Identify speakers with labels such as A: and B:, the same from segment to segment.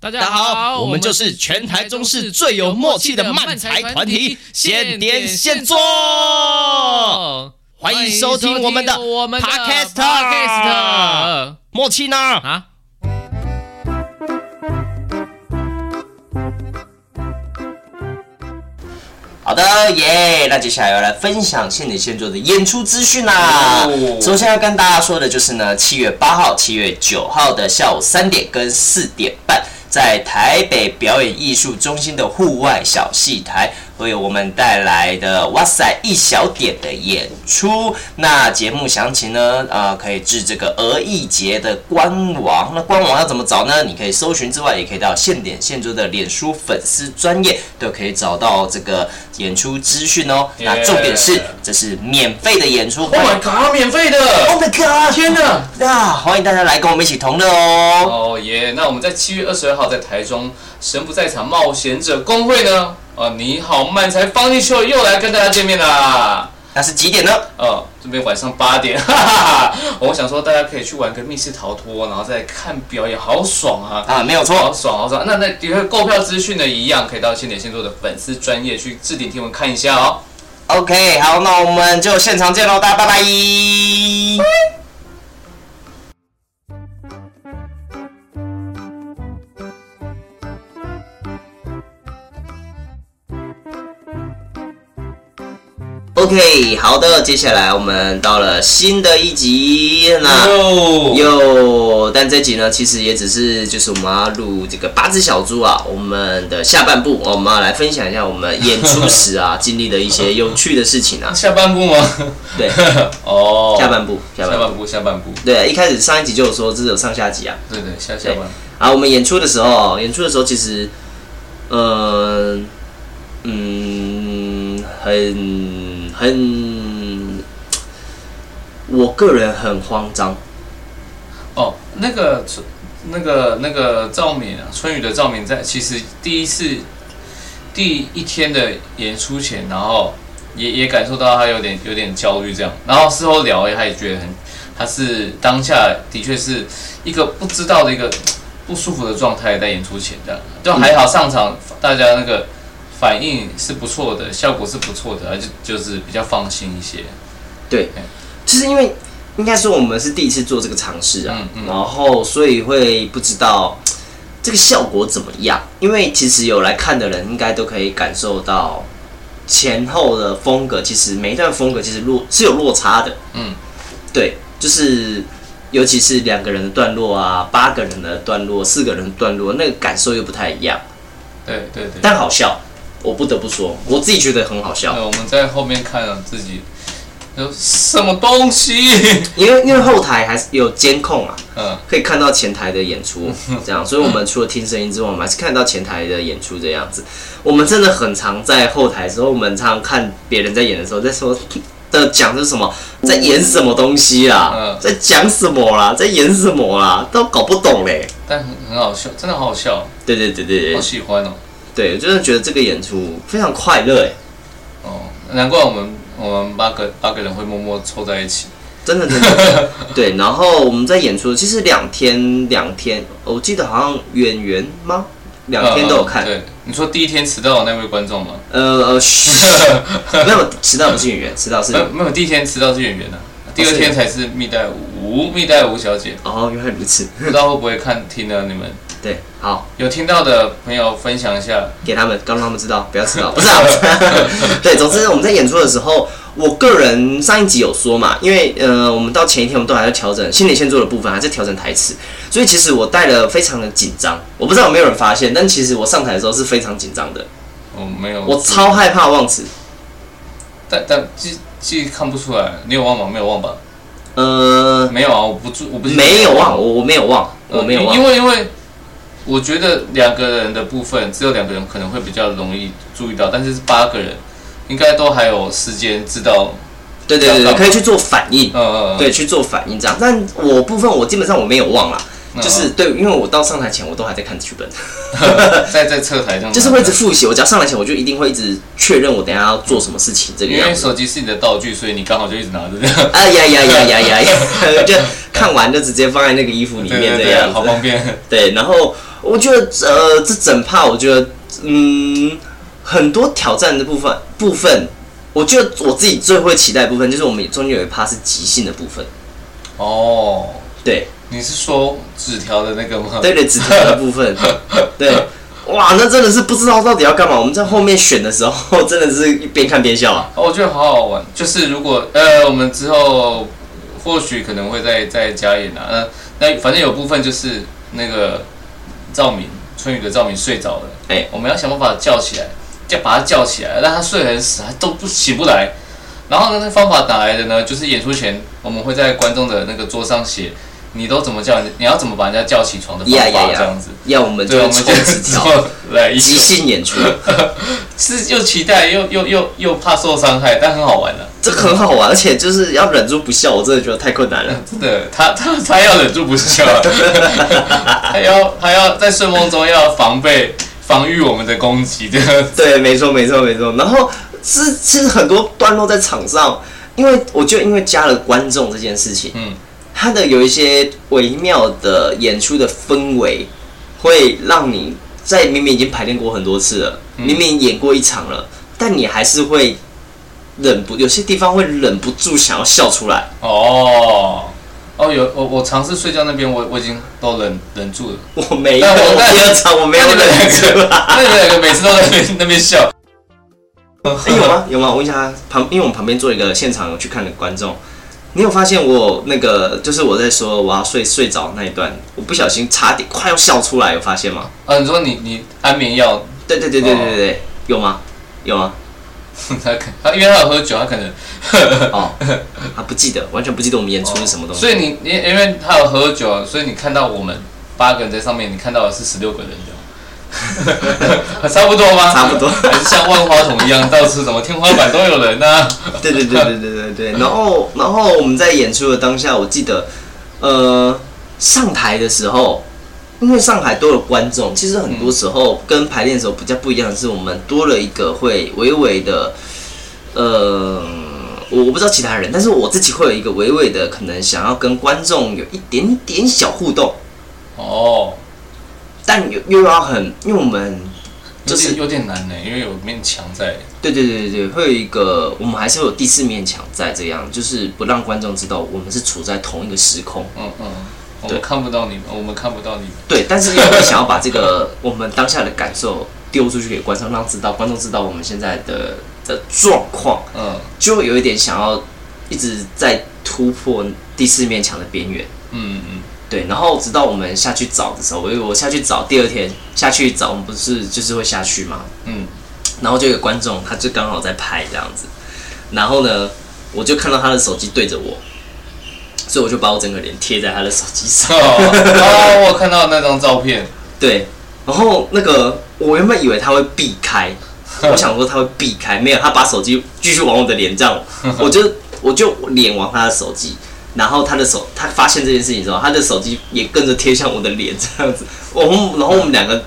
A: 大
B: 大家好，我们就是全台中市最有默契的慢才团体，现点现做。哦欢迎收听我们的
A: 我们的
B: Podcast
A: Podcast
B: 默契呢？
A: 啊，
C: 好的，耶！那接下来要来分享现点现做的演出资讯啦。首先要跟大家说的就是呢，七月八号、七月九号的下午三点跟四点半，在台北表演艺术中心的户外小戏台，会有我们带来的“哇塞一小点”的演出。那节目详情呢，呃，可以至这个鹅艺节的官网。那官网要怎么找呢？你可以搜寻之外，也可以到现点现做的脸书粉丝专业都可以找到这个演出资讯哦。那重点是，这是免费的演出。
B: Oh my god，免费的！
C: Oh my god！
B: 哦天哪！
C: 那欢迎大家来跟我们一起同乐哦。
D: 哦耶！那我们在七月二十二号在台中神不在场冒险者公会呢，啊，你好漫才方力秀又来跟大家见面啦。
C: 那是几点呢？
D: 哦，这边晚上八点，哈哈哈！我想说大家可以去玩个密室逃脱，然后再看表演，好爽啊！
C: 啊，没有
D: 好
C: 错。
D: 爽好爽！那那的确购票资讯呢，一样可以到现点现做的粉丝专业去置顶贴文看一下哦。
C: OK，好，那我们就现场见喽，大家拜拜。OK，好的，接下来我们到了新的一集，那。
D: 哦
B: 哟，
C: 有，但这集呢，其实也只是就是我们要录这个八只小猪啊，我们的下半部，我们要来分享一下我们演出时啊经历的一些有趣的事情啊。
D: 下半部吗？
C: 对，
D: 哦，
C: 下半部，下
D: 下
C: 半部。
D: 半部下半部，
C: 对，一开始上一集就有说这是有上下集啊。
D: 对对下下半部。
C: 啊，我们演出的时候，演出的时候其实，呃，嗯，很很，我个人很慌张。
D: 哦，那个春那个那个赵敏啊，春雨的赵敏在其实第一次第一天的演出前，然后也也感受到他有点有点焦虑这样，然后事后聊，他也觉得很，他是当下的确是一个不知道的一个不舒服的状态，在演出前这样，就还好上场大家那个反应是不错的，效果是不错的，就就是比较放心一些。
C: 对，就是因为应该说我们是第一次做这个尝试啊，
D: 嗯嗯
C: 然后所以会不知道这个效果怎么样。因为其实有来看的人，应该都可以感受到前后的风格，其实每一段风格其实落是有落差的。
D: 嗯，
C: 对，就是尤其是两个人的段落啊，八个人的段落，四个人的段落，那个感受又不太一样，
D: 对对对。
C: 但好笑。我不得不说，我自己觉得很好笑
D: 对，，呃我们在后面看了自己，有什么东西？
C: 因为因为后台还是有监控啊，
D: 嗯，
C: 可以看到前台的演出，这样，所以我们除了听声音之外，我们还是看得到前台的演出这样子。我们真的很常在后台的时候，我们常看别人在演的时候，在说的讲是什么，在演什么东西啦
D: 嗯，
C: 在讲什么啦，在演什么啦，都搞不懂嘞。
D: 但很很好笑，真的好好笑，
C: 对对对对
D: 好
C: 对，
D: 喜欢哦。
C: 对我真的觉得这个演出非常快乐哎，
D: 哦，难怪我们我们八个八个人会默默凑在一起。
C: 真的真的真 的对。然后我们在演出，其实两天两天，我记得好像演员吗？两天都有
D: 嗯，
C: 看
D: 对，你说第一天迟到的那位观众吗？
C: 呃 呃，嘘没有迟到不是演员，迟到是
D: 没有没有，第一天迟到是演员啊，第二天才是蜜袋鼯，蜜袋鼯小姐，
C: 哦，原来如此。
D: 不知道会不会看听呢？你们
C: 对，好，
D: 有听到的朋友分享一下。
C: 给他们，让他们知道，不要迟到，不 是啊。对，总之我们在演出的时候，我个人上一集有说嘛，因为呃，我们到前一天我们都还在调整心理线做的部分，还在调整台词，所以其实我带的非常的紧张。我不知道有没有人发现，但其实我上台的时候是非常紧张的，
D: 我没有，
C: 我超，害怕忘词。
D: 但但既既看不出来，你有忘吗？没有忘吧？
C: 呃，
D: 没有啊，我不住，我不记得
C: 没有忘，我我没有忘，我没有啊
D: 因
C: 忘。
D: 为因为我觉得两个人的部分，只有两个人可能会比较容易注意到，但是是八个人应该都还有时间知道，
C: 对对对对，可以去做反应。
D: 呃，
C: 嗯对，，去做反应这样。但我部分我基本上我没有忘啦，
D: 嗯
C: 就是对，因为我到上台前我都还在看剧本，
D: 在在侧台上，
C: 就是会一直复习。我只要上台前，我就一定会一直确认我等一下要做什么事情这个
D: 因
C: 样
D: 为
C: 子。
D: 手机是你的道具，所以你刚好就一直拿着这样，
C: 哎呀呀呀呀呀呀！就看完就直接放在那个衣服里
D: 对对
C: 面这
D: 对，啊
C: 样
D: 好
C: 子。
D: 方便，
C: 对，然后我我觉得呃，这整趴我觉得嗯，很多挑战的部分部分，我觉得我自己最会期待的部分就是我们中间有一趴是即兴的部分，
D: 哦，
C: 对
D: 你是说纸条的那个吗？
C: 对对，指头的部分，对，哇，那真的是不知道到底要干嘛。我们在后面选的时候，真的是一边看边笑啊。
D: 哦，我觉得好好玩。就是如果呃，我们之后或许可能会再再加演啊。那那反正有部分就是那个赵敏，春雨的赵敏睡着了，
C: 哎
D: 我们要想办法叫起来，就把他叫起来，让他睡很死，他都不起不来。然后呢，那方法哪来的呢？就是演出前，我们会在观众的那个桌上写，你都怎么叫，你要怎么把人家叫起床的方
C: 呀呀
D: 法，
C: 呀
D: 这样子。
C: 要我们就
D: 对，我们
C: 抽
D: 就
C: 纸
D: 是
C: 条，
D: 做 来一
C: 即
D: 首
C: 兴演出，
D: 是又期待又又又又怕受伤害，但很好玩啊的、
C: 这很好玩，而且就是要忍住不笑，我真的觉得太困难了。
D: 真的，他他他要忍住不笑， 他要他要在睡梦中要防备防御我们的 攻击这样子。
C: 对，没错，没错，没错。然后是其实很多段落在场上，因为我就因为加了观众这件事情，
D: 嗯，
C: 它的有一些微妙的演出的氛围，会让你在明明已经排练过很多次了，
D: 嗯
C: 明明演过一场了，但你还是会忍不，有些地方会忍不住想要笑出来。
D: 哦哦，有我我尝试睡觉那边，我我已经都忍忍住了。
C: 我没有，
D: 但我
C: 第二场我没有
D: 那你
C: 忍
D: 们两
C: 住
D: 个，
C: 啊。
D: 那你们两个每次都在那边那边笑。
C: 哎、有吗？ 有吗？我问一下旁，因为我们旁边坐一个现场有去看的观众，你有发现我有那个就是我在说我要睡睡着那一段，我不小心差点快要笑出来，有发现吗？
D: 啊，你说你你安眠药，
C: 对对对对对对对，有吗？有吗？
D: 他可他因为他有喝酒，他可能
C: 哦，他不记得，完全不记得我们演出是什么东西。
D: 所以你你因为他有喝酒，所以你看到我们八个人在上面，你看到的是十六个人的， 差不多吗？
C: 差不 多
D: 还是像万花筒一样，到处什么天花板都有人呐、
C: 对对对对对对对。然后然后我们在演出的当下，我记得，呃，上台的时候，因为上台都有观众，其实很多时候跟排练的时候比较不一样的是，我们多了一个会微微的，呃。我我不知道其他人，但是我自己会有一个微微的可能想要跟观众有一点点小互动，
D: 哦，
C: 但又又要很，因为我们
D: 就
C: 就是
D: 是有点难呢、因为有面墙在。
C: 对对对对对，会有一个，我们还是会有第四面墙在，这样就是不让观众知道我们是处在同一个时空。
D: 嗯嗯，我
C: 对
D: 们看不到你们，我们看不到你们。
C: 对，但是又会想要把这个我们当下的感受丢出去给观众，让知道观众知道我们现在的的状况，
D: 嗯
C: 就会有一点想要一直在突破第四面墙的边缘。
D: 嗯嗯，
C: 对，然后直到我们下去找的时候，我我下去找，第二天下去找，我们不是就是会下去吗？
D: 嗯，
C: 然后就有个观众，他就刚好在拍这样子，然后呢，我就看到他的手机对着我，所以我就把我整个脸贴在他的手机上
D: 哦，，哦我有看到那张照片，
C: 对，然后那个我原本以为他会避开，
D: 嗯
C: 我想说他会避开，没有，他把手机继续往我的脸这样，我就我就脸往他的手机，然后他的手他发现这件事情之后，他的手机也跟着贴向我的脸这样子， 我们然后我们两个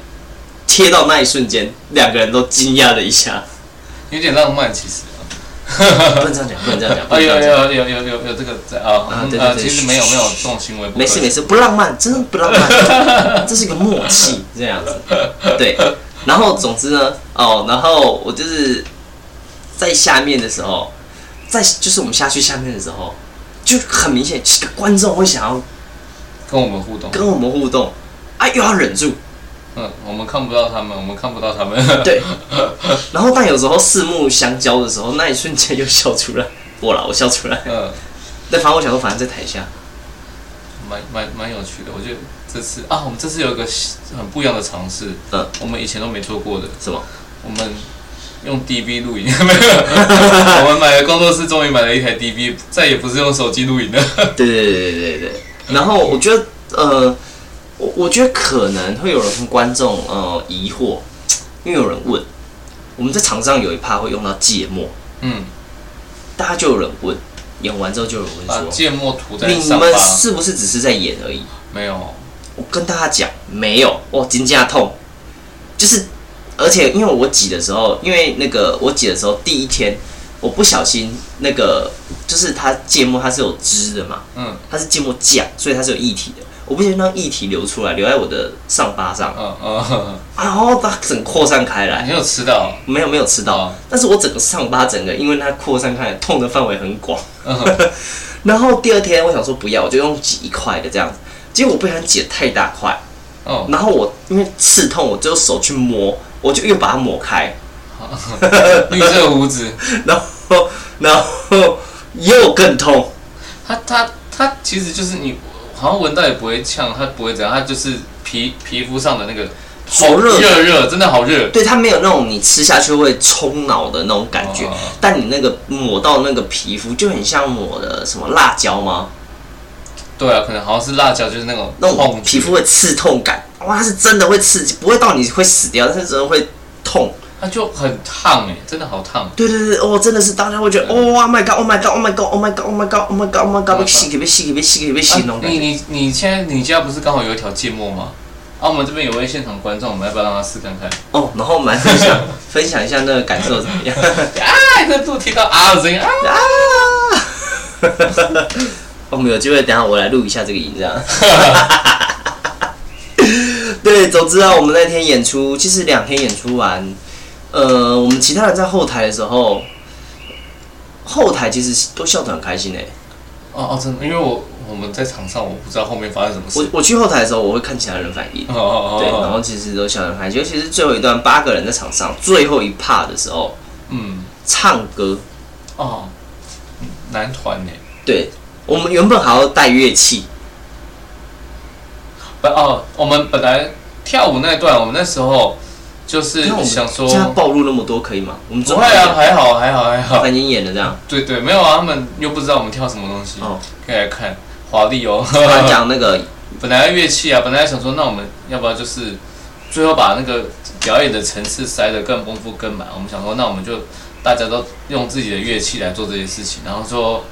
C: 贴到那一瞬间，两个人都惊讶了一下，
D: 有点浪漫其实。
C: 不能这样讲，不能这样讲，不
D: 啊，
C: 能
D: 有
C: 这样讲。
D: 有有有有有这个在啊
C: 啊
D: 嗯
C: 对对
D: 啊，
C: 对
D: 其实没有没有这种行为不可以，
C: 没事没事，不浪漫，真的不浪漫， 这是一个默契这样子。对，然后总之呢，哦，然后我就是在下面的时候，在就是我们下去下面的时候，就很明显，观众会想要
D: 跟我们互动。
C: 跟我们互动，啊，又要忍住，
D: 嗯，我们看不到他们，我们看不到他们。
C: 对。然后但有时候四目相交的时候，那一瞬间又笑出来，我啦，我笑出来。
D: 嗯，
C: 但反正我想说，反正在台下，
D: 蛮蛮蛮有趣的。我觉得这次啊，我们这次有一个很不一样的尝试，
C: 嗯，
D: 我们以前都没做过的。
C: 什么？
D: 我们用 DB 录影， 没有。我们买了工作室，终于买了一台 DB，再也不是用手机录影了。
C: 对对对对对对。然后我觉得，呃，我我觉得可能会有人观众呃疑惑，因为有人问，我们在场上有一趴会用到芥末，
D: 嗯，
C: 大家就有人问，演完之后就有人
D: 把
C: 问说，
D: 啊芥末涂在
C: 你
D: 上
C: 们
D: 巴，
C: 是不是只是在演而已？
D: 没有。
C: 我跟大家讲，没有，哇，金价痛，就是，而且因为我挤的时候，因为那个我挤的时候第一天，我不小心那个就是它芥末它是有汁的嘛，
D: 嗯，
C: 它是芥末酱，所以它是有液体的。我不先让液体流出来，留在我的上巴上，啊
D: 嗯嗯，
C: 然后把它整扩散开来
D: 呃你。有吃到？
C: 没有没有吃到，
D: 哦
C: 但是我整个上巴整个，因为它扩散开来，痛的范围很广。
D: 嗯
C: 然后第二天我想说不要，我就用挤一块的这样子，结果我不小心挤得太大块，
D: 哦，
C: 然后我因为刺痛，我就手去摸，我就又把它抹开，
D: 绿色胡子，
C: 然后然后又更痛。
D: 它它它其实就是你好像闻到也不会呛，它不会怎样，它就是皮皮肤上的那个
C: 好热
D: 热热，真的好热，
C: 对，它没有那种你吃下去会冲脑的那种感觉，
D: 哦
C: 但你那个抹到那个皮肤就很像抹的什么辣椒吗？
D: 对啊，可能好像是辣椒，就是那种
C: 那种
D: 痛觉
C: 皮肤，会刺痛感，哇，它是真的会刺激，不会到你会死掉，但是真的会痛。
D: 它就很烫哎，真的好烫，
C: 对对对，哦，真的是当下会觉得，
D: 嗯
C: 哦，Oh my god，Oh my god，Oh my god，Oh my god，Oh my god，Oh my god，Oh my god，被吸，被吸，被吸，被吸那种
D: 啊
C: 感
D: 你
C: 觉。
D: 你你现在你家不是刚好有一条芥末吗？啊，我们这边有位现场观众，我们要不要让他试看看？
C: 哦，然后我们来分享分享一下那个感受怎么样？
D: 哎，这度听到啊的声音啊！
C: 啊！ 我们有机会，等一下我来录一下这个影，这样。 对，总之啊，我们那天演出，其实两天演出完，呃，我们其他人在后台的时候，后台其实都笑得很开心诶、欸
D: 哦哦，真的，因为我我们在场上，我不知道后面发生什么
C: 我
D: 事。
C: 我去后台的时候，我会看其他人反应
D: 哦，哦
C: 对，然后
D: 哦，
C: 其实都笑得很开心，尤其是最后一段八个人在场上最后一 part 的时候
D: 嗯，
C: 唱歌，
D: 哦，男团呢？
C: 对我们原本还要带乐器，
D: 不哦，我们本来跳舞那段，我们那时候就是
C: 那我们
D: 想说，
C: 现在暴露那么多可以吗？我们
D: 不
C: 总
D: 会啊，还好还好还好。
C: 反正演了 这样，
D: 对对，没有啊，他们又不知道我们跳什么东西
C: 哦，
D: 可以来看华丽哦。
C: 突然讲那个
D: 本来乐器啊，本来想说，那我们要不要就是最后把那个表演的层次塞得更丰富、更满？我们想说，那我们就大家都用自己的乐器来做这些事情，然后说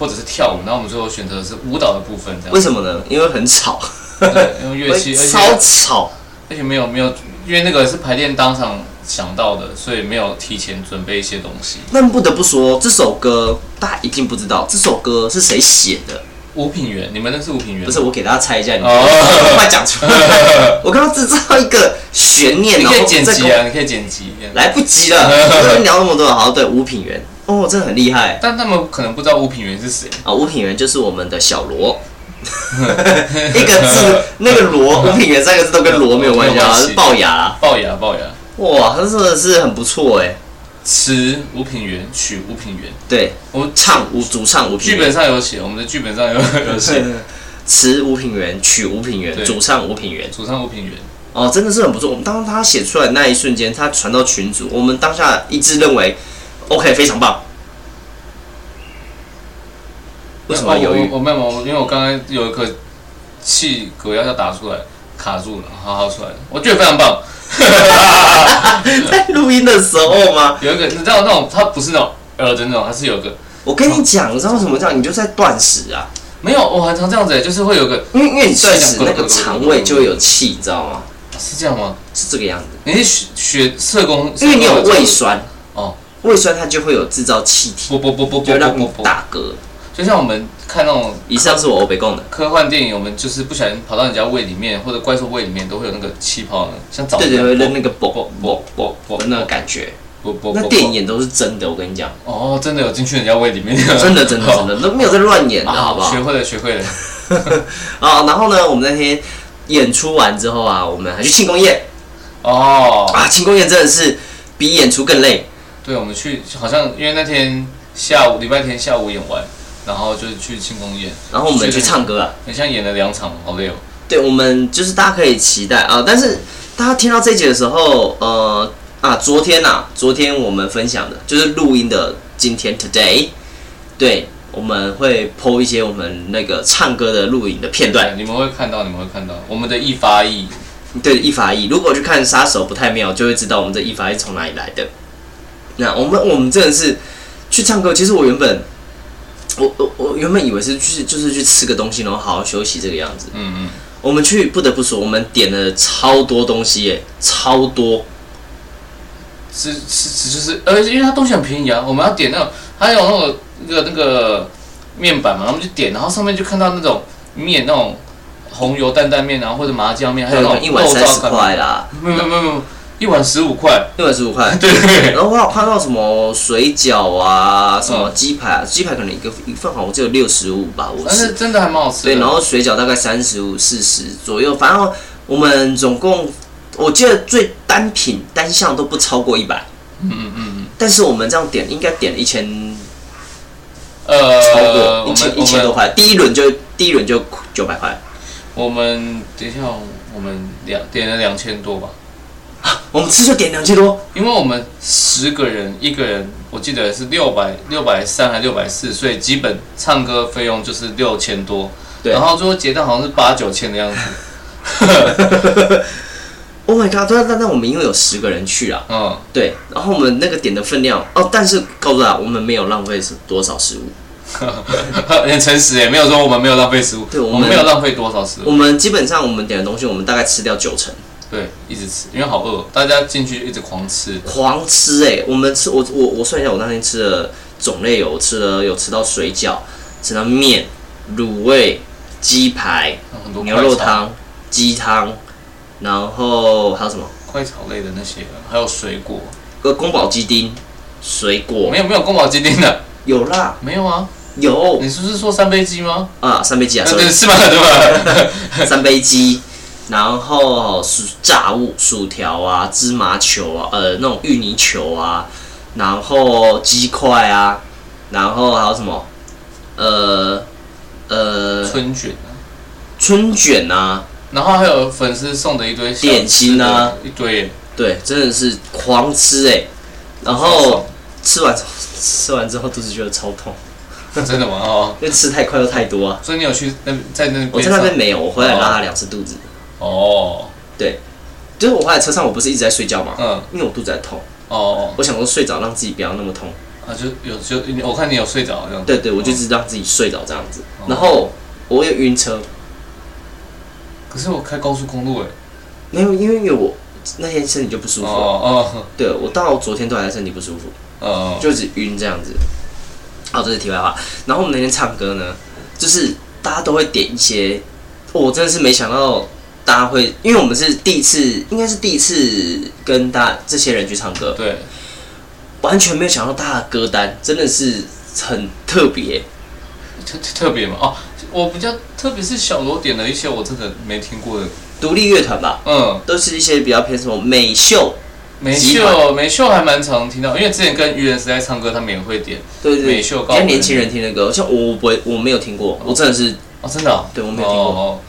D: 或者是跳舞，然后我们最后选择的是舞蹈的部分，这
C: 为
D: 样
C: 什么呢？因为很 吵，
D: 对，用乐器，而
C: 超
D: 且
C: 吵，
D: 而且没有没有，因为那个是排练当场想到的，所以没有提前准备一些东西。
C: 但不得不说，这首歌大家一定不知道，这首歌是谁写的？
D: 五品源，你们那是五品源吗，
C: 不是，我给大家猜一下，你
D: 嗯哦
C: 快讲出来！ 我刚刚制造一个悬念，
D: 你
C: 然
D: 可
C: 后
D: 以剪
C: 再
D: 辑
C: 跟我
D: 啊，你可以剪辑。
C: 来不及 了，我跟你聊那么多了，好，对，吴品源，哦，真的很厉害
D: 但他们可能不知道五品源是谁，
C: 啊！吴品源就是我们的小 罗。 一个字，那个罗，吴品源三个字都跟罗没 有关系啊，是龅牙啊。
D: 龅牙龅牙。
C: 哇，他真的是很不错哎。
D: 词吴品源，曲吴品源。
C: 对，
D: 我们
C: 唱吴主唱吴品
D: 剧
C: 源
D: 本，上有写，我们的剧本上有有写，
C: 词吴品源，曲吴品源，
D: 对
C: 主唱吴品源。
D: 主唱吴品源。
C: 哦，真的是很不错。我们当他写出来那一瞬间，他传到群组，我们当下一致认为，OK，非常棒。 为什么要犹豫
D: 我？我没有，我因为我刚刚有一个气格要要打出来，卡住了，好好出来了。我觉得非常棒。
C: 在录音的时候吗？
D: 有一个你知道那种，它不是那种呃的那种，它是有一个
C: 我跟你讲，你知道为什么这样？你就在断食啊，
D: 没有，我很常这样子欸，就是会有个
C: 因为因为你断食，那个肠胃就会有气，你知道吗？
D: 是这样吗？
C: 是这个样子。
D: 你是学学社工，
C: 因为你有
D: 社工
C: 胃酸
D: 哦，
C: 胃酸它就会有制造气体，
D: 不不不不不
C: 就
D: 不
C: 让
D: 不
C: 你
D: 不，
C: 打嗝。
D: 就像我们看那种
C: 以上是我欧北贡的。
D: 科幻电影，我们就是不小心跑到人家胃里面，或者怪兽胃里面，都会有那个气泡，像澡
C: 对
D: 一
C: 对
D: 样
C: 对，扔那个啵
D: 啵
C: 啵
D: 啵
C: 啵
D: 啵
C: 啵
D: 啵
C: 那个感觉，
D: 不不
C: 那电影演都是真的，我跟你讲，
D: 哦，真的有进去人家胃里面，哦
C: 真 的啊真的真的都没有在乱演的，好不好
D: 学？会了，学会了。
C: 啊，然后呢，我们那天演出完之后啊，我们还去庆功宴
D: 哦，
C: 啊，庆功宴真的是比演出更累，
D: 对，我们去好像因为那天下午礼拜天下午演完，然后就是去庆功宴，
C: 然后我们去唱歌啊，
D: 很像演了两场，好累哦。
C: 对，我们就是大家可以期待啊，但是大家听到这一集的时候，呃啊，昨天呐、啊，昨天我们分享的就是录音的今天 today，对，我们会 PO 一些我们那个唱歌的录影的片段。
D: 你们会看到，你们会看到我们的一发一，
C: 对一法一，如果去看《杀手不太妙》，就会知道我们这一法一从哪里来的。那我们我们真的是去唱歌，其实我原本我我我原本以为是去就是去吃个东西，然后好好休息这个样子。
D: 嗯嗯，
C: 我们去不得不说，我们点了超多东西耶，超多。
D: 是是是就是，而且因为它东西很便宜啊，我们要点那种，还有那个那个那个面板嘛，然后我们就点，然后上面就看到那种面那种红油担担面啊，或者麻酱面，还有
C: 对，
D: 那
C: 我
D: 种
C: 们一碗
D: 豆
C: 三
D: 燥
C: 十
D: 干
C: 块
D: 面。
C: 啦，
D: 没有没有没有没有，一碗十五块。
C: 一碗十五块。
D: 对
C: 然后我有看到什么水饺啊，什
D: 嗯
C: 么鸡排啊，鸡排可能一个一份好像只有六十五吧，我
D: 但是啊
C: 是
D: 真的还蛮好吃的。
C: 对，然后水饺大概三十五、四十左右，反正我们总共我记得最单品单项都不超过一百，
D: 嗯嗯嗯嗯，
C: 但是我们这样点应该点了一千
D: 呃，
C: 超过
D: 我
C: 一
D: 们
C: 千一千多块，第一轮就第一轮就九百块，
D: 我们等一下，我们两点了两千多吧，
C: 我们吃就点两千多，
D: 因为我们十个人，一个人我记得是六百六百三还六百四，所以基本唱歌费用就是六千多，
C: 对
D: 然后最后结账好像是八九千的样子。
C: Oh my god！那那那我们因为有十个人去啊，
D: 嗯，
C: 对，然后我们那个点的分量哦，但是告诉大家，我们没有浪费多少食物，
D: 很诚实也没有说我们没有浪费食物，
C: 对我
D: 我
C: 们
D: 没有浪费多少食
C: 我
D: 物，
C: 们基本上我们点的东西，我们大概吃掉九成，
D: 对，一直吃，因为好饿，大家进去一直狂吃，
C: 狂吃哎、我们吃我我我算一下，我那天吃的种类有吃了有吃到水饺，吃到面、卤味、鸡排、
D: 很多
C: 牛
D: 快
C: 肉
D: 炒
C: 汤、鸡汤，然后还有什么？
D: 快炒类的那些，还有水果，
C: 个宫保鸡丁、水果
D: 没有没有宫保鸡丁的，
C: 有啦，
D: 没有啊，
C: 有
D: 你是不是说三杯鸡吗？呃
C: 啊，三杯鸡啊，
D: 对
C: sorry
D: 对是吧？对吧？
C: 三杯鸡，然后薯炸物、薯条啊、芝麻球啊，呃，那种芋泥球啊，然后鸡块啊，然后还有什么？呃呃，
D: 春卷啊，
C: 春卷啊，
D: 然后还有粉丝送的一堆小
C: 点心啊
D: 吃的，一堆耶，
C: 对，真的是狂吃哎、然后吃完之后 吃完之后肚子觉得超痛，
D: 真的吗？哦，
C: 因为吃太快又太多啊。
D: 所以你有去那在那
C: 我在那边
D: 上
C: 没有，我回来拉了两次肚子。
D: 哦，
C: 就是我回来车上，我不是一直在睡觉嘛，
D: 嗯，
C: 因为我肚子在痛，
D: 哦，
C: 我想说睡着让自己不要那么痛。
D: 啊，就有就我看你有睡着这样子，
C: 对对，我就
D: 哦
C: 是让自己睡着这样子
D: 哦。
C: 然后我有晕车，
D: 可是我开高速公路哎，
C: 没有，因为我那天身体就不舒服。
D: 哦
C: 对我到昨天都还在身体不舒服，
D: 哦哦，
C: 就只晕这样子。好，这是题外话。然后我们那天唱歌呢，就是大家都会点一些，哦我真的是没想到大家会，因为我们是第一次，应该是第一次跟大这些人去唱歌，
D: 对，
C: 完全没有想到大家的歌单真的是很特别。
D: 特特特别嘛，哦，我比较特别是小罗点了一些我真的没听过的，
C: 独立乐团吧，
D: 嗯，
C: 都是一些比较偏什么美秀，
D: 美
C: 集团
D: 秀美秀还蛮常听到，因为之前跟愚人时代唱歌，他们也会点，
C: 对对，对
D: 美秀
C: 比
D: 高
C: 较
D: 文
C: 年轻人听的歌，像我不会，我没有听过，我真的是
D: 哦，真的哦，
C: 对我没有听过
D: 哦哦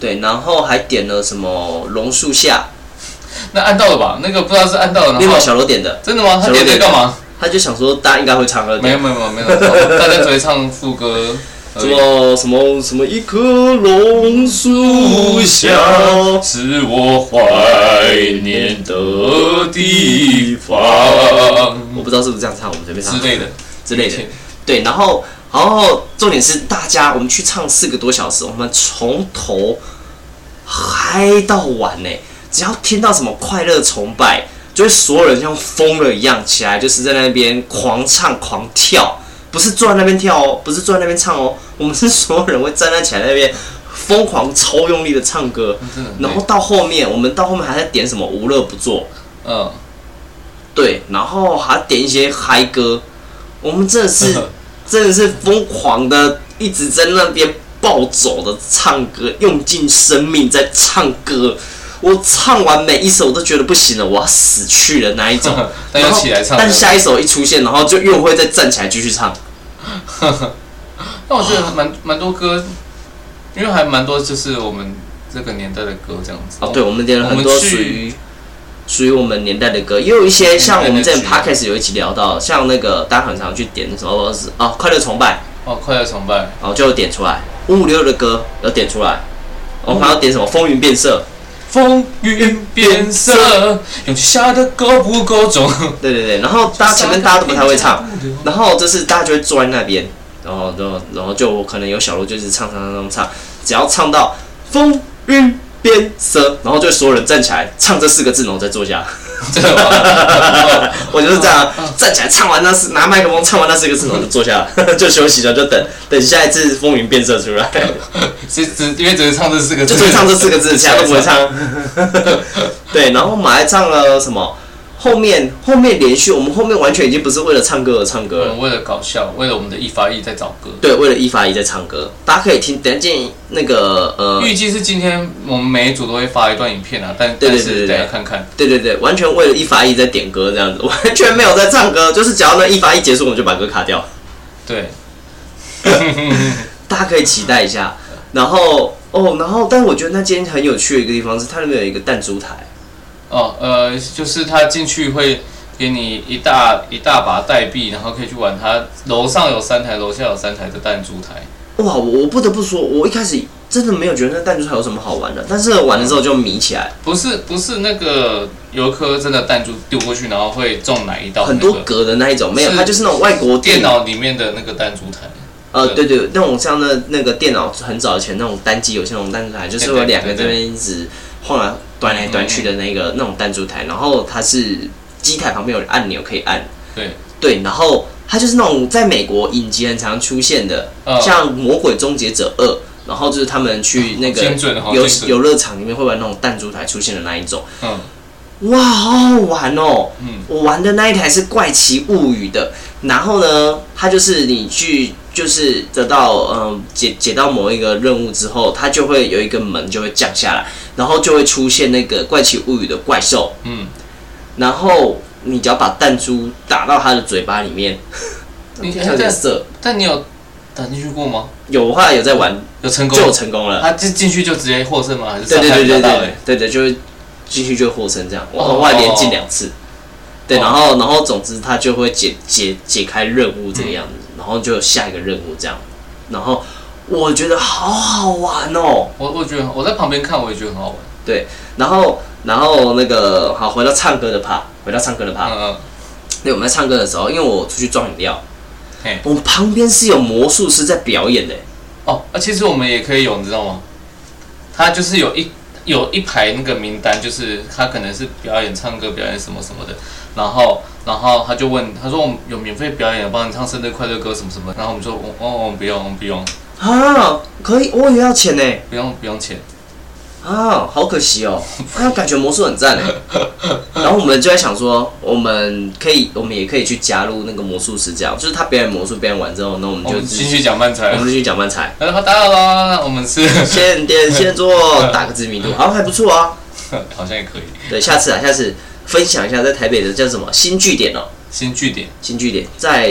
C: 对，然后还点了什么榕树下，
D: 那按到了吧？那个不知道是按到了，
C: 那
D: 然
C: 把
D: 后
C: 小罗点的，
D: 真的吗？他点这干嘛？
C: 他就想说大家应该会唱歌，
D: 没有没有没有没有，大家只会唱副歌而
C: 什
D: 已。
C: 么什么什么一棵榕树下，
D: 是我怀念的地方
C: 我不知道是不是这样唱，我们随便唱
D: 之类的
C: 之类的，对，然后然后重点是大家我们去唱四个多小时，我们从头嗨到晚呢，只要听到什么快乐崇拜，就会所有人像疯了一样起来，就是在那边狂唱狂跳，不是坐在那边跳哦，不是坐在那边唱哦，我们是所有人会站在起来那边疯狂超用力的唱歌，
D: 真的很累。
C: 然后到后面我们到后面还在点什么无乐不作，
D: 嗯，。
C: 对，然后还点一些嗨歌，我们真的是 真的是疯狂的，一直在那边暴走的唱歌，用尽生命在唱歌。我唱完每一首，我都觉得不行了，我要死去了那一种
D: 但又起来唱
C: 然后但下一首一出现，然后就又会再站起来继续唱。
D: 但我觉得蛮蛮多歌，因为还蛮多就是我们这个年代的歌这样子。
C: 哦，对，我们点了很
D: 我
C: 多
D: 们去
C: 属于属于我们年代的歌，也有一些像我们之前
D: 年代的
C: podcast 有一起聊到，像那个大家很常去点什么哦，快乐崇拜。
D: 哦，快乐崇拜，
C: 然后就有点出来，五五六的歌有点出来，我还要点什么风云变色，
D: 风云变色，勇气下的够不够重？
C: 对对对，然后大家前面大家都不太 会唱，然后就是大家就会坐在那边，然后然后然后就可能有小鹿就是唱唱唱唱唱，只要唱到风云变色，然后就所有人站起来唱这四个字，然后再坐下，
D: 真的吗？
C: 我就是这样啊站起来唱完那四，拿麦克风唱完那四个字，然后就坐下 了，就休息了，就等等下一次风云变色出来，
D: 只只因为只是唱这四个字，
C: 就只唱这四个字，其他都不会唱。对，然后马来唱了什么？后面后面连续，我们后面完全已经不是为了唱歌而唱歌
D: 我
C: 了
D: 们，为了搞笑，为了我们的一发一在找歌。
C: 对，为了一发一在唱歌。大家可以听，等一下建议那个呃，
D: 预计是今天我们每一组都会发一段影片啊，但但
C: 对对
D: 是
C: 对对对
D: 等一下看看。
C: 对对对，完全为了一发一在点歌这样子， 完全没有在唱歌，就是只要那一发一结束，我们就把歌卡掉。
D: 对，
C: 大家可以期待一下。然后哦，然后但我觉得那间很有趣的一个地方是，它那边有一个弹珠台，
D: 哦，呃，就是他进去会给你一大一大把代币，然后可以去玩他。楼上有三台，楼下有三台的弹珠台。
C: 哇，我我不得不说，我一开始真的没有觉得那弹珠台有什么好玩的，但是玩了之后就迷起来，
D: 不是不是那个游客真的弹珠丢过去，然后会中哪一道、那
C: 很
D: 个？
C: 多格的那一种，没有，
D: 是
C: 它就是那种外国
D: 电
C: 电脑，
D: 脑里面的那个弹珠台，
C: 呃，对对，那种像那那个电脑很早以前那种单机游戏那种弹珠台，就是
D: 对对
C: 有两个
D: 对对嗯
C: 这边一直晃来端来端去的那个那种弹珠台，然后它是机台旁边有按钮可以按，
D: 对，
C: 对，然后它就是那种在美国影集很常出现的，
D: 嗯
C: 像《魔鬼终结者二》，然后就是他们去那个
D: 精准好
C: 游
D: 精准
C: 游乐场里面会玩那种弹珠台出现的那一种，
D: 嗯，
C: 哇，好好玩哦！
D: 嗯
C: 我玩的那一台是《怪奇物语》的，然后呢，它就是你去就是得到嗯解解到某一个任务之后，它就会有一个门就会降下来，然后就会出现那个《怪奇物语》的怪兽，
D: 嗯，
C: 然后你只要把弹珠打到它的嘴巴里面，
D: 你
C: 它就
D: 但
C: 射。
D: 但你有打进去过吗？
C: 有后来有在玩，
D: 有成功？
C: 就成功了。
D: 他进进去就直接获胜吗？还是
C: 对对
D: 上台
C: 对对
D: 比较大
C: 对
D: 嘞
C: 对对，就是进去就获胜这样，我
D: 哦
C: 我还连进两次。对，
D: 哦
C: 然后然后总之他就会解解解开任务这个样子，
D: 嗯
C: 然后就有下一个任务这样，然后我觉得好好玩哦。
D: 我我觉得我在旁边看，我也觉得很好玩。
C: 对，然后然后那个好，回到唱歌的趴，回到唱歌的趴。
D: 嗯
C: 对，我们在唱歌的时候，因为我出去装饮料
D: 嘿，
C: 我们旁边是有魔术师在表演的。欸
D: 哦，啊，其实我们也可以有，你知道吗？他就是有一有一排那个名单，就是他可能是表演唱歌、表演什么什么的，然后然后他就问，他说我们有免费表演，帮你唱生日快乐歌什么什么，然后我们说哦哦，我们不用，我们不用，
C: 啊，可以，我也要钱呢。
D: 不用不用钱，
C: 啊，好可惜 哦！啊，感觉魔术很赞哎。然后我们就在想说，我们可以，我们也可以去加入那个魔术师，这样就是他表演魔术表演完之后，那我们
D: 我
C: 就
D: 们
C: 自己
D: 继续讲慢才
C: 我。们就去讲漫 才，
D: 然后大家啦，我们是
C: 现点现做，打个知名度，啊，还不错啊。
D: 好像也可以
C: 对，下次啊，下次分享一下在台北的叫什么新据点哦，
D: 新据点，
C: 新据点在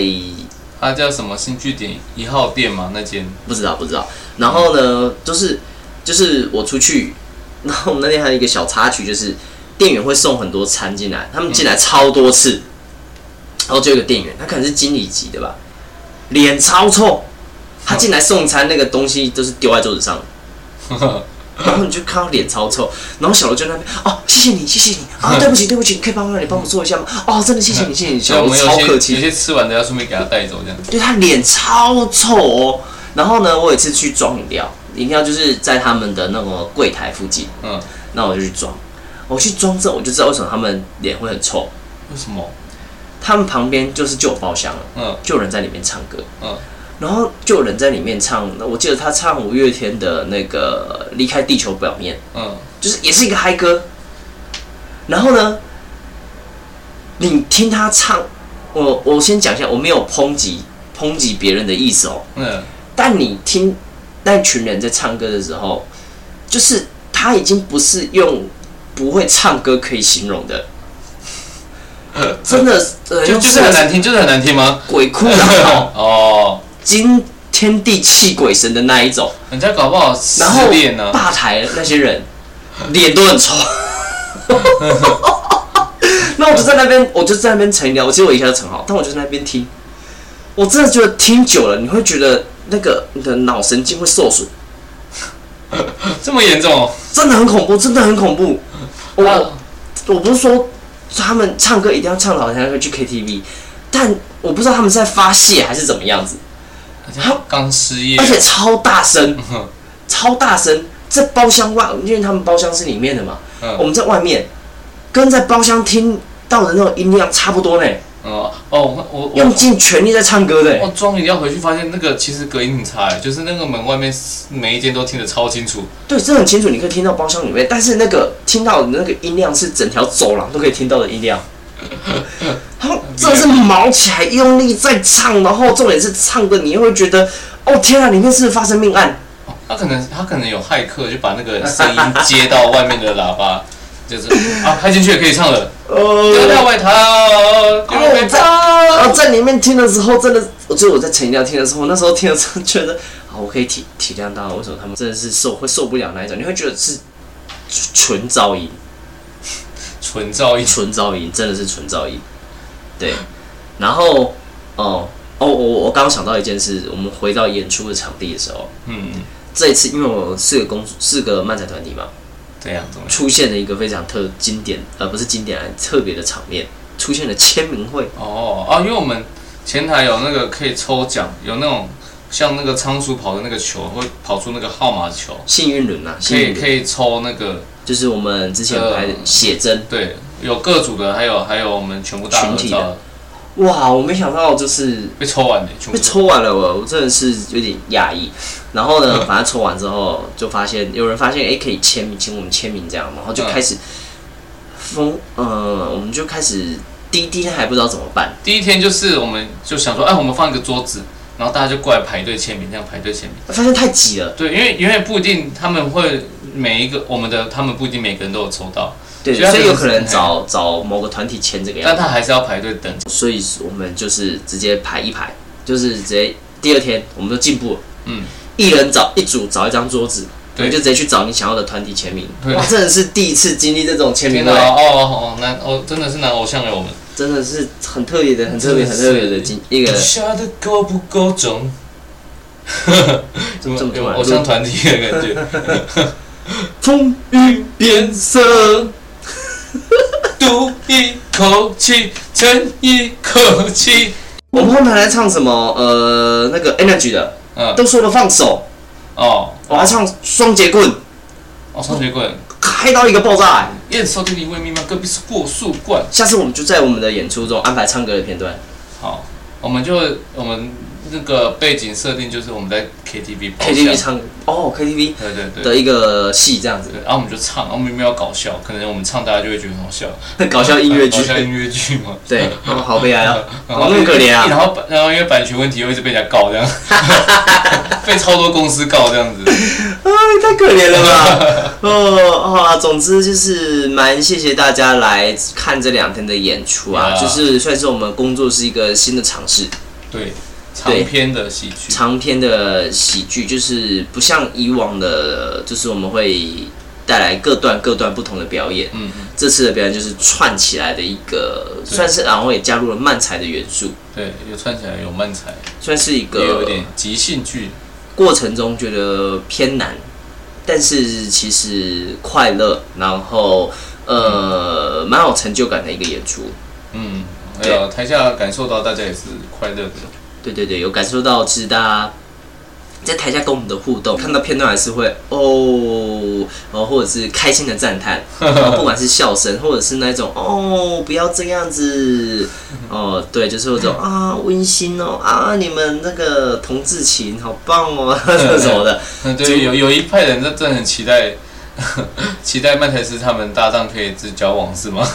D: 它叫什么新据点一号店嘛那间，
C: 不知道不知道。然后呢，就是就是我出去， 然后我们那天还有一个小插曲，就是店员会送很多餐进来，他们进来超多次，然后就有一个店员，他可能是经理级的吧，脸超臭，他进来送餐那个东西都是丢在桌子上， 然后你就看到脸超臭，然后小罗就在那边哦，谢谢你，谢谢你 啊，对不起对不起，你可以帮我你帮我做一下吗？哦，真的谢谢你，谢谢你，
D: 所以
C: 小
D: 我
C: 罗
D: 们
C: 超
D: 有
C: 客
D: 些有
C: 气，
D: 些吃完的要顺便给他带走这样。
C: 对他脸超臭哦。然后呢，我有一次去装饮料，饮料就是在他们的那个柜台附近，
D: 嗯，
C: 那我就去装，我去装之后我就知道为什么他们脸会很臭，
D: 为什么？
C: 他们旁边就是就有包厢了，
D: 嗯
C: 就有人在里面唱歌，
D: 嗯，
C: 然后就有人在里面唱，我记得他唱五月天的那个《离开地球表面》，
D: 嗯，
C: 就是也是一个嗨歌。然后呢，你听他唱，我我先讲一下，我没有抨击抨击别人的意思哦，
D: 嗯，
C: 但你听那群人在唱歌的时候，就是他已经不是用不会唱歌可以形容的，真的，呃、
D: 嗯就就是很难听，就是很难听吗？
C: 鬼哭 狼嚎、
D: 哦，
C: 惊天地泣鬼神的那一种，
D: 人家搞不好失
C: 然后
D: 恋啊呢。
C: 吧台那些人脸都 很臭。那我就在那边，我就在那边乘聊，我其实我一下就乘好，但我就在那边听，我真的觉得听久了，你会觉得那个你的脑神经会受损。
D: 这么严重？
C: 真的很恐怖，真的很恐怖。我、
D: 啊
C: 我不是说他们唱歌一定要唱得好才会去 KTV，但我不知道他们是在发泄还是怎么样
D: 嗯
C: 子，
D: 人家刚失业
C: 而，且超大声
D: 嗯哼，
C: 超大声。在包厢外，因为他们包厢是里面的嘛，
D: 嗯
C: 我们在外面，跟在包厢听到的那种音量差不多呢，
D: 嗯哦，我我我
C: 用尽全力在唱歌的
D: 我。装饮料回去发现那个其实隔音很差，欸就是那个门外面每一间都听得超清楚。
C: 对，这很清楚，你可以听到包厢里面，但是那个听到的那个音量是整条走廊都可以听到的音量。然后真的是毛起来，用力在唱，然后重点是唱的，你又会觉得，哦天啊，里面是不是发生命案？
D: 哦他可能他可能有骇客，就把那个声音接到外面的喇叭，就是啊开进去也可以唱 了，丢掉
C: 呃，
D: 外套，丢掉外
C: 然后
D: 套。
C: 在里面听的时候，真的，我就是我在陈一亮听的时候，那时候听的时候觉得，啊，我可以体体谅到为什么他们真的是受会受不了那一种，你会觉得是纯噪音。
D: 纯噪音，
C: 纯噪音，真的是纯噪音。对，然后哦哦，我我刚刚想到一件事，我们回到演出的场地的时候，
D: 嗯，
C: 这一次因为我们四个公四个漫才团体嘛，
D: 这样怎么样？
C: 出现了一个非常特经典，呃，不是经典啊，特别的场面，出现了签名会。
D: 哦啊，因为我们前台有那个可以抽奖，有那种像那个仓鼠跑的那个球，会跑出那个号码球，
C: 幸运轮啊，
D: 可
C: 幸
D: 以呃
C: 运
D: 可
C: 轮
D: 以抽那个
C: 就是我们之前拍的写真，
D: 对，有各组的，还有还有我们全部大合
C: 群体
D: 照
C: 的哇，我没想到就是
D: 被抽完的，全部
C: 被抽完了我，我真的是有点讶异。然后
D: 嗯
C: 呢，反正抽完之后就发现有人发现，哎、可以签名，请我们签名这样，然后就
D: 嗯
C: 开始疯，呃，我们就开始第一天还不知道怎么办，
D: 第一天就是我们就想说，哎，我们放一个桌子，然后大家就过来排队签名，这样排队签名。
C: 发现太挤了，
D: 对，因为因为不一定他们会每一个我们的他们不一定每个人都有抽到，
C: 对，
D: 所以他
C: 所以有可
D: 就是哎嗯
C: 能找找某个团体签这个样
D: 但
C: 子，
D: 他还是要排队等。
C: 所以我们就是直接排一排，就是直接第二天我们就进步了，
D: 嗯，
C: 一人找一组找一张桌子。
D: 对
C: 你就直接去找你想要的团体签名，
D: 对
C: 哇，真的是第一次经历这种签名
D: 天哪，
C: 会，
D: 哦哦哦，男哦真的是男偶像了我们。
C: 真的是很特别的、很特别、很特别的经一个
D: 你下的够不够 重？怎么
C: 这么突
D: 有
C: 然
D: 偶像团体的感觉？
C: 风雨
D: 变色，赌一口气，沉一口气。
C: 我们后面还唱什么？呃，那个 Energy 的，
D: 嗯，
C: 都说了放手，
D: 哦，
C: 我还唱双节棍，
D: 哦，双节棍，
C: 开到一个爆炸、欸
D: 验收给你未密码，隔壁是过树冠。
C: 下次我们就在我们的演出中安排唱歌的片段
D: 好，我们就我们那个背景设定就是我们在 KTV 包
C: ，KTV
D: 厢，
C: 唱哦，KTV
D: 对对对。
C: 的一个戏这样子，
D: 对，然后我们就唱，然啊后我们没有搞笑，可能我们唱大家就会觉得很好笑。
C: 搞笑音乐剧
D: 搞，笑音乐剧嘛。
C: 对，哦好悲哀啊，
D: 然
C: 好
D: 后
C: 那么可怜啊
D: 然后版然后因为版权问题又一直被人家告这 样，被超多公司告这样子。
C: 哎，太可怜了 吧，哦，好啊，总之就是蛮谢谢大家来看这两天的演出啊，
D: Yeah
C: 就是算是我们工作室一个新的尝试。
D: 对，长篇的喜剧。
C: 长篇的喜剧，就是不像以往的，就是我们会带来各段各段不同的表演。
D: 嗯，
C: 这次的表演就是串起来的一个，算是然后也加入了漫才的元素，
D: 对，有串起来有慢才，
C: 算是一
D: 也有
C: 个
D: 点即兴剧。
C: 过程中觉得偏难，但是其实快乐，然后呃蛮有成就感的一个演出。
D: 嗯，还
C: 对
D: 有台下感受到大家也是快乐的。
C: 对对对，有感受到，其实大家在台下跟我们的互动，看到片段还是会哦，然后或者是开心的赞叹， 然后不管是笑声，或者是那种哦，不要这样子，哦，对，就是有 种啊温馨哦啊，你们那个同志情好棒哦， 什么的，
D: 嗯，
C: 就
D: 对，有有一派人真的很期待， 期待曼才斯他们搭档可以只交往是 吗？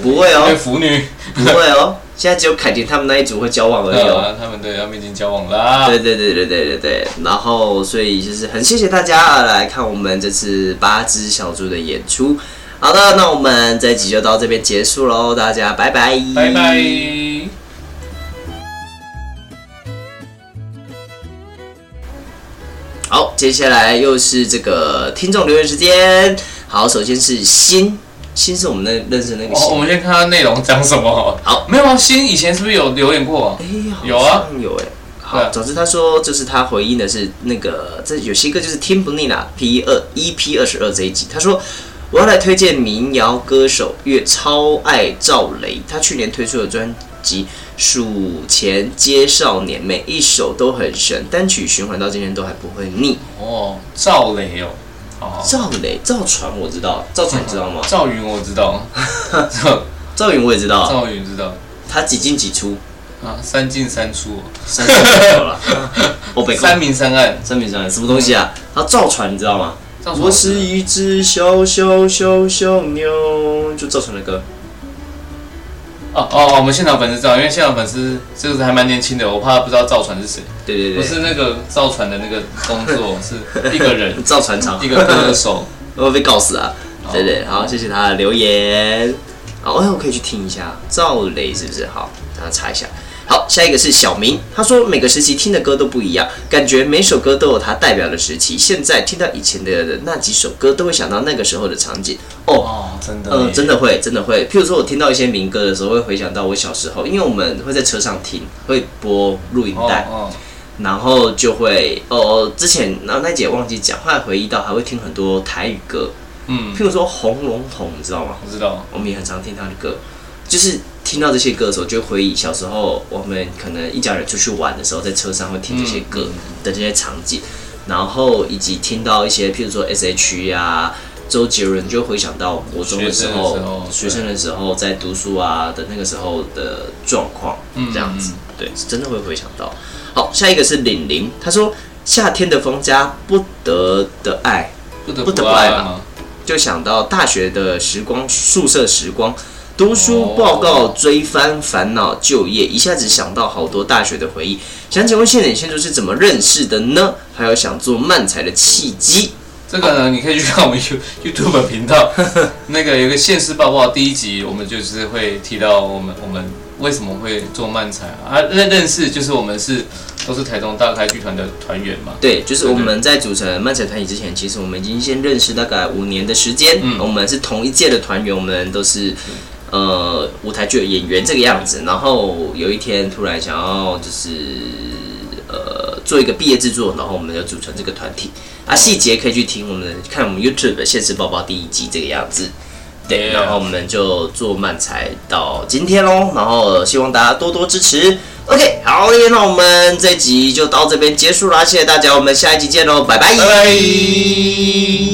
C: 不会
D: 因为
C: 哦，
D: 腐女，
C: 不会哦，现在只有凯婷他们那一组会交往而已哦。
D: 呃，他们对他们已经交往啦。
C: 对对对对对对对，然后所以就是很谢谢大家来看我们这次八只小猪的演出。好的，那我们这一集就到这边结束喽，大家拜拜，
D: 拜拜。
C: 好，接下来又是这个听众留言时间。好，首先是新，新是我们那认识的那个
D: 哦，我
C: 新。
D: 们先看它内容讲什么。
C: 好，
D: 没有啊，新以前是不是有留言过啊？
C: 哎、
D: 有
C: 好
D: 啊
C: 像有哎、
D: 对
C: 好，
D: 啊
C: 总之他说就是他回应的是那个，这有些歌就是听不腻啦。P 二 EP 二十二这一集，他说我要来推荐民谣歌手，越超爱赵雷，他去年推出的专辑《数钱皆少年》，每一首都很神，单曲循环到今天都还不会腻。
D: 哦，赵雷哦，哦，
C: 赵雷、赵传我知道，赵传你知道吗？
D: 赵云我知 道，赵
C: 赵云我也知道，
D: 赵云知道
C: 他几进几出，
D: 啊，三进三出，
C: 三十 有了。哦，北
D: 三
C: 控
D: 明三暗。
C: 三名山什么东西啊？他赵传你知道吗？
D: 赵
C: 我
D: 传
C: 是一只小小小小牛，就赵传的歌。
D: 哦哦，哦我们现场粉丝知道，因为现场粉丝就是还蛮年轻的，我怕他不知道赵传是谁，
C: 对对
D: 不
C: 对，
D: 是那个造船的那个工作， 是一个人，
C: 赵传长，
D: 一个歌手。
C: 会不啊会被告死啊？对对，好，谢谢他的留言。好，哎，我可以去听一下赵雷是不是？好，大家查一下。好，下一个是小明，他说每个时期听的歌都不一样，感觉每首歌都有它代表的时期。现在听到以前的那几首歌，都会想到那个时候的场景。哦，
D: 哦，真的耶，
C: 嗯、真的会，真的会。譬如说，我听到一些民歌的时候，会回想到我小时候，因为我们会在车上听，会播录影
D: 哦
C: 带，
D: 哦，
C: 然后就会哦，哦之前然后那姐忘记讲，后来回忆到还会听很多台语歌，
D: 嗯，
C: 譬如说《红龙红》，你知道吗？
D: 我知道，
C: 我们也很常听他的歌，就是听到这些歌的时候，就会回忆小时候我们可能一家人出去玩的时候，在车上会听这些
D: 嗯
C: 歌的这些场景，然后以及听到一些譬如说 S.H.E 啊。周杰伦就会回想到国中的时候
D: 学生的时候，对
C: 学生的时候在读书啊的那个时候的状况，
D: 嗯
C: 这样子，对，是真的会回想到。好，下一个是玲玲，她说夏天的风加不得的爱，
D: 不啊得
C: 不得不
D: 爱
C: 爱吧
D: 吗？
C: 就想到大学的时光，宿舍时光，读书
D: 哦
C: 报告、追番、烦恼、就业，一下子想到好多大学的回忆。想请问谢点先就是怎么认识的呢？还有想做漫才的契机？
D: 这个呢，你可以去看我们 You YouTube 频道，那个有个现实报报第一集，我们就是会提到我们我们为什么会做漫才啊，啊认认识就是我们是都是台中大开剧团的团员嘛，
C: 对，就是我们在组成漫才团体之前，其实我们已经先认识大概五年的时间。
D: 嗯
C: 我们是同一届的团员，我们都是呃舞台剧的演员这个样子。然后有一天突然想要就是呃做一个毕业制作，然后我们就组成这个团体。啊，细节可以去听我们的看我们 YouTube 的《现实宝宝》第一集这个样子。对，
D: Yeah
C: 然后我们就做漫才到今天喽，然后希望大家多多支持。OK，好，那我们这一集就到这边结束啦，谢谢大家，我们下一集见喽，拜拜
D: 拜拜。